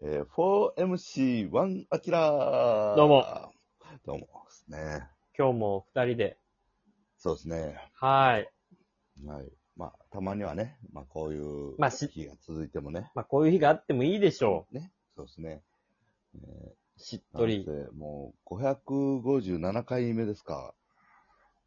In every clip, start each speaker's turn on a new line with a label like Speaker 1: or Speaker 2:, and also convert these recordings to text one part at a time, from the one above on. Speaker 1: えー、4MC1 アキラー。
Speaker 2: どうも。
Speaker 1: どうもですね。
Speaker 2: 今日も二人で。
Speaker 1: そうですね。
Speaker 2: はい。
Speaker 1: はい。まあ、たまにはね、まあ、こういう
Speaker 2: まあし
Speaker 1: 日が続いてもね。
Speaker 2: まあ、こういう日があってもいいでしょ
Speaker 1: ね。そうですね。え
Speaker 2: う。しっ
Speaker 1: ー
Speaker 2: とり。
Speaker 1: なんせもう、557回目ですか。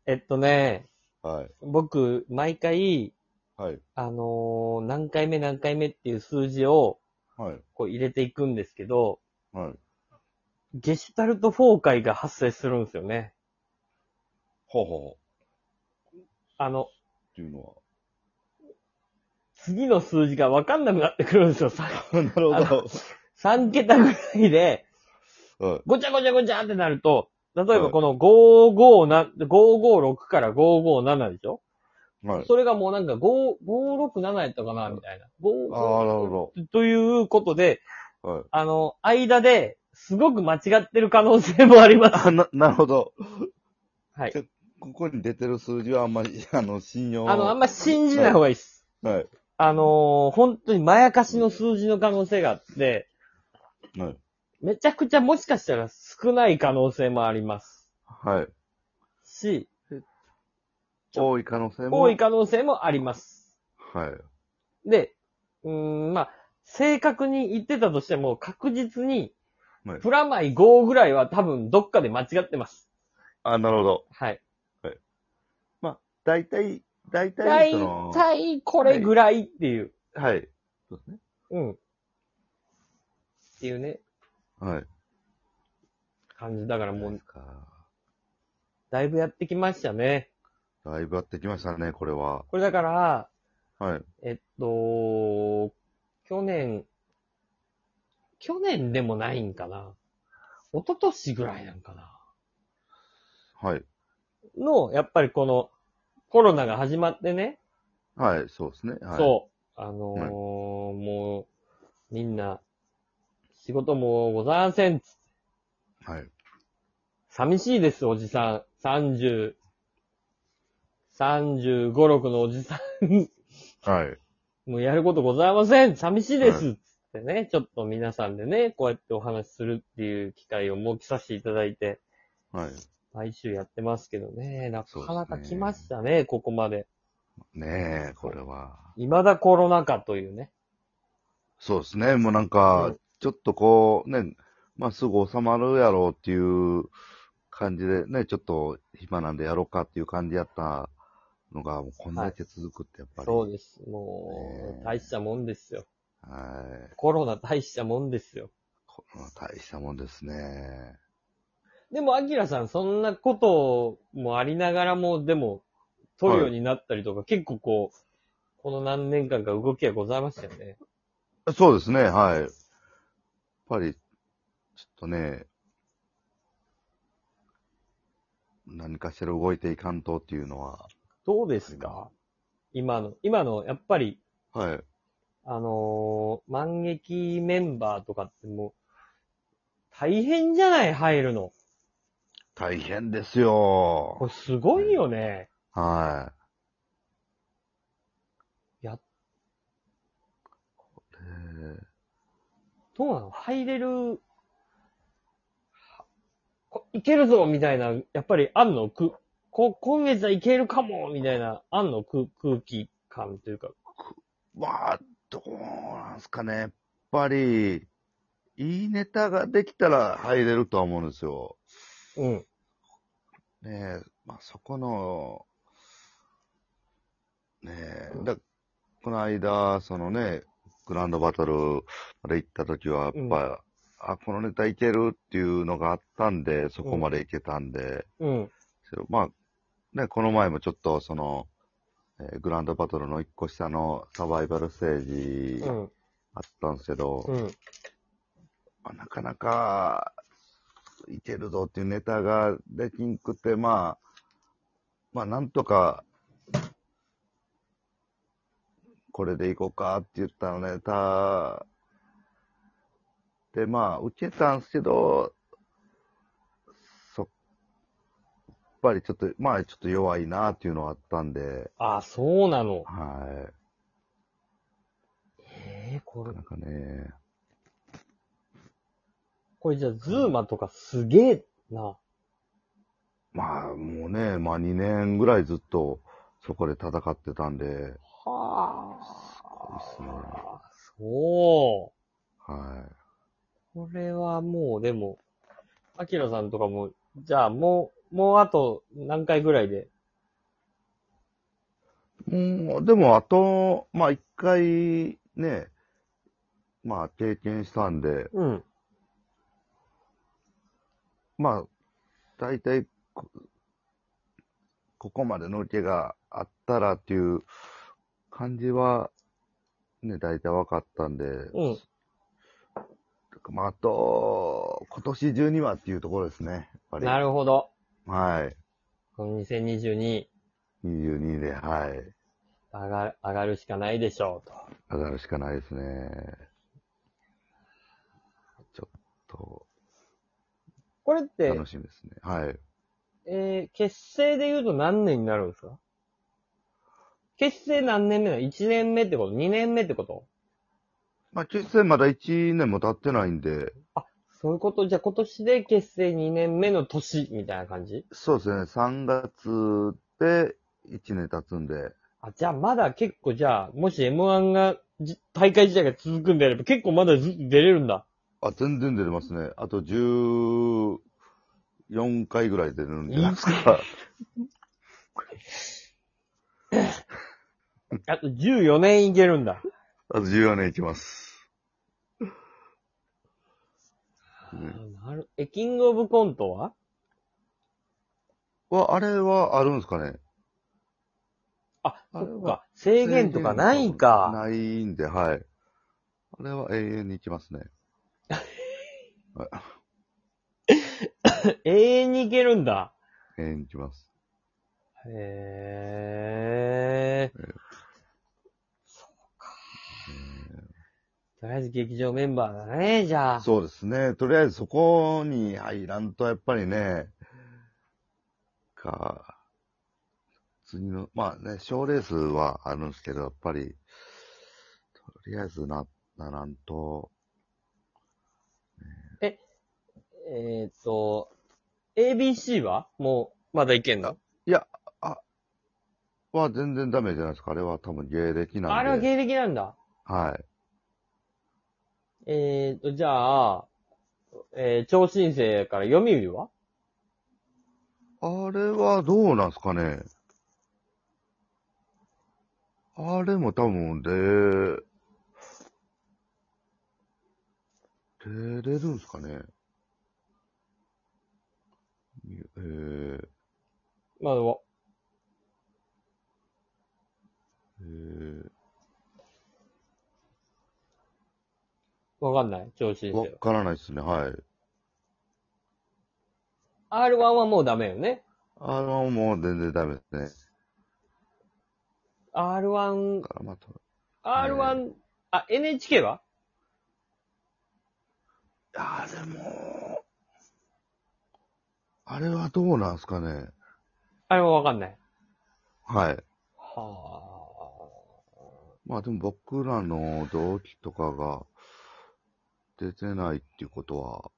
Speaker 2: えっとね、
Speaker 1: はい。
Speaker 2: 僕、毎回、
Speaker 1: はい。
Speaker 2: あのー何回目何回目っていう数字を、
Speaker 1: はい。
Speaker 2: こう入れていくんですけど、
Speaker 1: はい。
Speaker 2: ゲシュタルト崩壊が発生するんですよね。
Speaker 1: ほうほうほう。
Speaker 2: あの、
Speaker 1: っていうのは。
Speaker 2: 次の数字がわかんなくなってくるんですよ。さ
Speaker 1: なるほ
Speaker 2: 3桁ぐらいで、
Speaker 1: ど。はい。
Speaker 2: ごちゃごちゃごちゃってなると、例えばこの55な、556から557でしょ
Speaker 1: はい。
Speaker 2: それがもうなんか5、567やったかな、みたいな。5
Speaker 1: ああ、なるほ
Speaker 2: ということで、
Speaker 1: ど。はい。
Speaker 2: あの、間で、すごく間違ってる可能性もあります。
Speaker 1: あ、 な、なるほど。
Speaker 2: はい。
Speaker 1: ここに出てる数字はあんまり、あの、信用。
Speaker 2: あの、あんま信じない方がいいです。
Speaker 1: はい。
Speaker 2: あのー本当にまやかしの数字の可能性があって、
Speaker 1: はい。
Speaker 2: めちゃくちゃもしかしたら少ない可能性もあります。
Speaker 1: はい。
Speaker 2: し、
Speaker 1: 多い可能性も。
Speaker 2: 多い可能性もあります。
Speaker 1: はい。
Speaker 2: で、うーん、まあ、正確に言ってたとしても、確実に
Speaker 1: はい、
Speaker 2: プラマイ5ぐらいは多分どっかで間違ってます。
Speaker 1: あ、なるほど。
Speaker 2: はい。
Speaker 1: 大体、大体、
Speaker 2: 大
Speaker 1: その、
Speaker 2: 体これぐらいっていう。
Speaker 1: はい。そうですね。
Speaker 2: うん。っていうね、
Speaker 1: はい。
Speaker 2: 感じ。だからも
Speaker 1: そうで
Speaker 2: う
Speaker 1: す、か。
Speaker 2: だいぶやってきましたね。
Speaker 1: だいぶやってきましたね、これは。
Speaker 2: これだから、
Speaker 1: はい。
Speaker 2: えっと、去年、去年でもないんかな。一昨年ぐらいなんかな。
Speaker 1: はい。
Speaker 2: の、やっぱりこの、コロナが始まってね、
Speaker 1: はい、そうですね。はい。
Speaker 2: そう。あのーもう、みんな、仕事もございませんっつ
Speaker 1: はい。
Speaker 2: 寂しいです、おじさん。30、35、6のおじさ
Speaker 1: はい。
Speaker 2: ん。もうやることございません。寂しいです。つってね、ちょっと皆さんでね、こうやってお話しするっていう機会を設けさせていただいて、
Speaker 1: はい。
Speaker 2: 毎週やってますけどね、なかな
Speaker 1: そう
Speaker 2: か
Speaker 1: ですね
Speaker 2: 来ましたね、ここまで。
Speaker 1: ねえ、これは。
Speaker 2: 未だコロナ禍というね。
Speaker 1: そうですね。もうなん
Speaker 2: う
Speaker 1: か
Speaker 2: ん、
Speaker 1: ちょっとこう、ね、まあ、すぐ収まるやろうっていう感じで、ね、ちょっと暇なんでやろうかっていう感じやったのが、もうこんだけ続くってやっぱり。
Speaker 2: そうです。も
Speaker 1: ねえ
Speaker 2: う、大したもんですよ。
Speaker 1: はい。
Speaker 2: コロナ大したもんですよ。
Speaker 1: これは大したもんですね。
Speaker 2: でも、アキラさん、そんなこともありながらも、でも、取るようになったりとか、結構こう、この何年間か動きがございましたよね。
Speaker 1: そうですね、はい。やっぱり、ちょっとね、何かしら動いていかんとっていうのは、
Speaker 2: どうですか今の、今の、やっぱり、
Speaker 1: はい。
Speaker 2: あのー、万劇メンバーとかってもう、大変じゃない入るの。
Speaker 1: 大変ですよ
Speaker 2: こ。れすごいよね。
Speaker 1: はい。
Speaker 2: やっ
Speaker 1: えー
Speaker 2: どうなの入れる、はこいけるぞみたいな、やっぱりあんのく、こ、今月はいけるかもみたいな、あんのく空気感というか。
Speaker 1: まあ、どうなんすかね。やっぱり、いいネタができたら入れるとは思うんですよ。
Speaker 2: うん。
Speaker 1: ねえ、まあそこの、ねえ、だこの間、そのね、グランドバトルまで行った時は、やっぱ、
Speaker 2: うん
Speaker 1: あ、このネタいけるっていうのがあったんで、そこまでいけたんで、
Speaker 2: うん。
Speaker 1: けどまあ、ね、この前もちょっと、その、えーグランドバトルの一個下のサバイバルステージ
Speaker 2: うん。
Speaker 1: あったんですけど、
Speaker 2: うん。
Speaker 1: まあ、なかなか、いけるぞっていうネタができんくて、まあ、まあ、なんとか、これでいこうかって言ったネタ、で、まあ、受けたんすけど、そ、やっぱりちょっと、まあ、ちょっと弱いなっていうのはあったんで、
Speaker 2: ああ、そうなの。
Speaker 1: は
Speaker 2: ええこ
Speaker 1: い。
Speaker 2: れ
Speaker 1: なん、かね、
Speaker 2: これじゃあ、ズーマとかすげえな。
Speaker 1: まあ、もうね、まあ2年ぐらいずっとそこで戦ってたんで、
Speaker 2: は
Speaker 1: すごいっすね
Speaker 2: あ。そう。
Speaker 1: は
Speaker 2: これはもう、でも、アキラさんとかも、じゃあもう、もうあと何回ぐらいで。
Speaker 1: い。うん、でもあと、まあ一回ね、まあ経験したんで、
Speaker 2: うん。
Speaker 1: まあ、大体こ、ここまでの受けがあったらっていう感じは、ね、大体分かったんで、
Speaker 2: うん。
Speaker 1: まあ、あと、今年中にはっていうところですね、やっぱり。
Speaker 2: なるほど。
Speaker 1: はい。
Speaker 2: この2022、
Speaker 1: 22で、はい。
Speaker 2: 上がる、上がるしかないでしょうと。
Speaker 1: 上がるしかないですね。ちょっと、
Speaker 2: これって、
Speaker 1: 楽しみですね。はい。
Speaker 2: えー、結成で言うと何年になるんですか結成何年目なの ?1 年目ってこと ?2 年目ってこと
Speaker 1: まあ、実際まだ1年も経ってないんで、
Speaker 2: そういうことじゃあ今年で結成2年目の年みたいな感じ
Speaker 1: そうですね、3月で1年経つんで、
Speaker 2: あ、じゃあまだ結構じゃあ、もし M1 がじ、大会自体が続くんであれば結構まだずっと出れるんだ。
Speaker 1: あ、全然出れますね。あと14回ぐらい出るんじゃないですか。
Speaker 2: あと14年いけるんだ。
Speaker 1: あと14年いきます。うん
Speaker 2: あなる。え、キングオブコントは
Speaker 1: わ、あれはあるんですかね
Speaker 2: あ、
Speaker 1: あ
Speaker 2: そ
Speaker 1: れは
Speaker 2: っか。制限とかないん
Speaker 1: 制限と
Speaker 2: か。
Speaker 1: ないんで、はい。あれは永遠に行きますね。はい
Speaker 2: 永遠にいけるんだ。
Speaker 1: 永遠に行きます。
Speaker 2: へえ。とりあえず劇場メンバーだね、じゃあ。
Speaker 1: そうですね。とりあえずそこに入らんと、やっぱりね、か、次の、まあね、賞レースはあるんですけど、やっぱり、とりあえずな、ならんと、
Speaker 2: えーっと、ABC はもう、まだいけんだ。
Speaker 1: は全然ダメじゃないですか。あれは多分芸歴なんで。
Speaker 2: あれは芸歴なんだ。
Speaker 1: はい。
Speaker 2: えーっと、じゃあ、えー、超新星やから読売は
Speaker 1: あれはどうなんすかね。あれも多分で、出れるんすかね。えー、
Speaker 2: まあでも、
Speaker 1: えー
Speaker 2: わかんない。超新、
Speaker 1: わ
Speaker 2: 星は。
Speaker 1: からないですね。はい。
Speaker 2: R1 はもうダメよね。
Speaker 1: あれはもう全然ダメですね。
Speaker 2: R1
Speaker 1: だ、からまた、
Speaker 2: R1、あ、NHK は
Speaker 1: あれも、あれはどうなんすかね。
Speaker 2: あれもわかんない。
Speaker 1: はい。
Speaker 2: は
Speaker 1: まあでも僕らの同期とかが出てないっていうことは、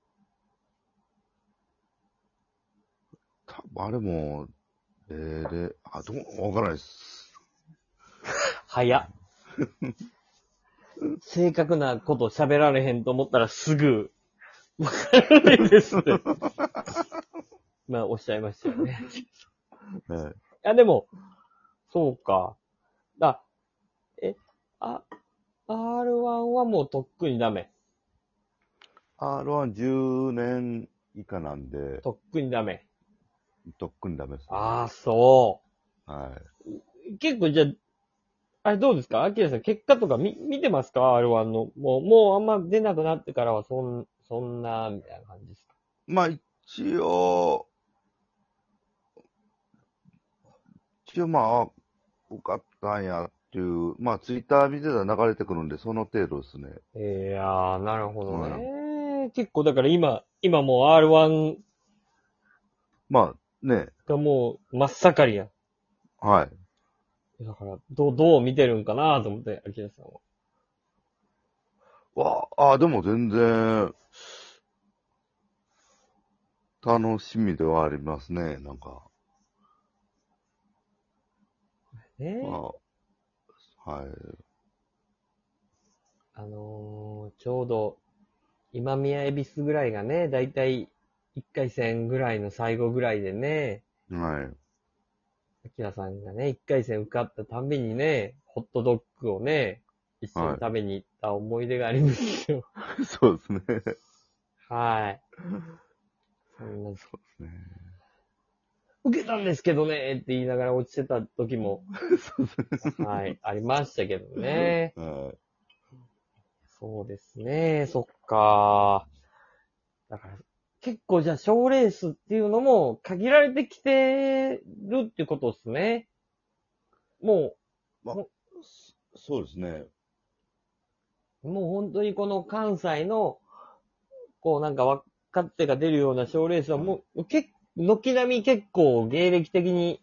Speaker 1: 多分あれも、えー、で、あ、どう、わからないです。
Speaker 2: あ。早っ。正確なこと喋られへんと思ったらすぐ、わからないですって。まあ、おっしゃいましたよね。
Speaker 1: え
Speaker 2: いや、でも、そうか。あ、え、あ、R1 はもうとっくにダメ。
Speaker 1: R10 年以下なんで、
Speaker 2: とっくにダメ。
Speaker 1: とっくにダメです、ね。
Speaker 2: ああ、そ
Speaker 1: は
Speaker 2: う。結構じゃあ、あれどうですかアキラさん、結果とか見、見てますか ?R1 の。もう、もうあんま出なくなってからは、そん、そんな、みたいな感じですか
Speaker 1: い。まあ一応、一応まあ、受かったんやっていう、まあツイッター見てたら流れてくるんで、その程度ですね。
Speaker 2: いやー、なるほどね。結構、だから今、今もう R1
Speaker 1: まあね、
Speaker 2: がもう真っ盛りやん。
Speaker 1: はい。
Speaker 2: いやだから、どう、どう見てるんかなと思って、アキラさんは。
Speaker 1: わあ、あでも全然、楽しみではありますね、なんか。
Speaker 2: ね
Speaker 1: まあ、はい。
Speaker 2: あのーちょうど、今宮恵比寿ぐらいがね、だいたい1回戦ぐらいの最後ぐらいでね、
Speaker 1: はい。
Speaker 2: アキラさんがね、1回戦受かったたんびにね、ホットドッグをね、一緒に食べに行った思い出がありますよ。
Speaker 1: そうですね。そうで
Speaker 2: はい。そんな、
Speaker 1: すね。
Speaker 2: 受けたんですけどねって言いながら落ちてた時 も、はい、ありましたけどね。
Speaker 1: はい。
Speaker 2: そうですね、そっか。だから、結構じゃあ賞レースっていうのも限られてきてるってことですね。も
Speaker 1: そうですね。
Speaker 2: う、もう本当にこの関西の、こうなんか若手が出るような賞レースはもう、け軒並み結構芸歴的に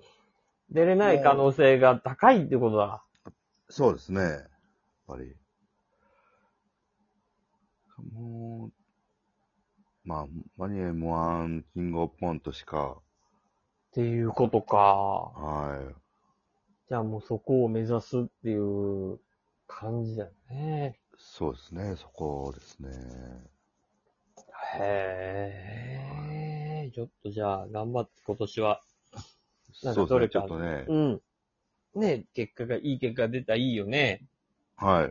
Speaker 2: 出れない可能性が高いってことだ。
Speaker 1: そうですね。やっぱり。もう、まあ、マニエムワン、キングオブコントしか、
Speaker 2: っていうことか。
Speaker 1: はい。
Speaker 2: じゃあもうそこを目指すっていう感じだね。
Speaker 1: そうですね、そこですね。
Speaker 2: へえ。ちょっとじゃあ、頑張って今年は。な
Speaker 1: そうで
Speaker 2: んか
Speaker 1: すね、
Speaker 2: どれか
Speaker 1: ちょっとね。
Speaker 2: うん。ね結果が、いい結果が出たらいいよね。
Speaker 1: はい。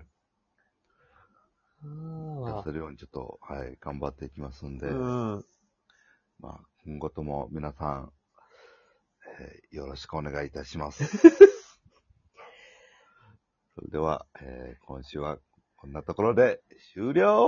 Speaker 2: う
Speaker 1: 出
Speaker 2: ん
Speaker 1: せるようにちょっと、はい、頑張っていきますんで、
Speaker 2: うん。
Speaker 1: まあ、今後とも皆さん、えーよろしくお願いいたします。それでは、えー今週はこんなところで終了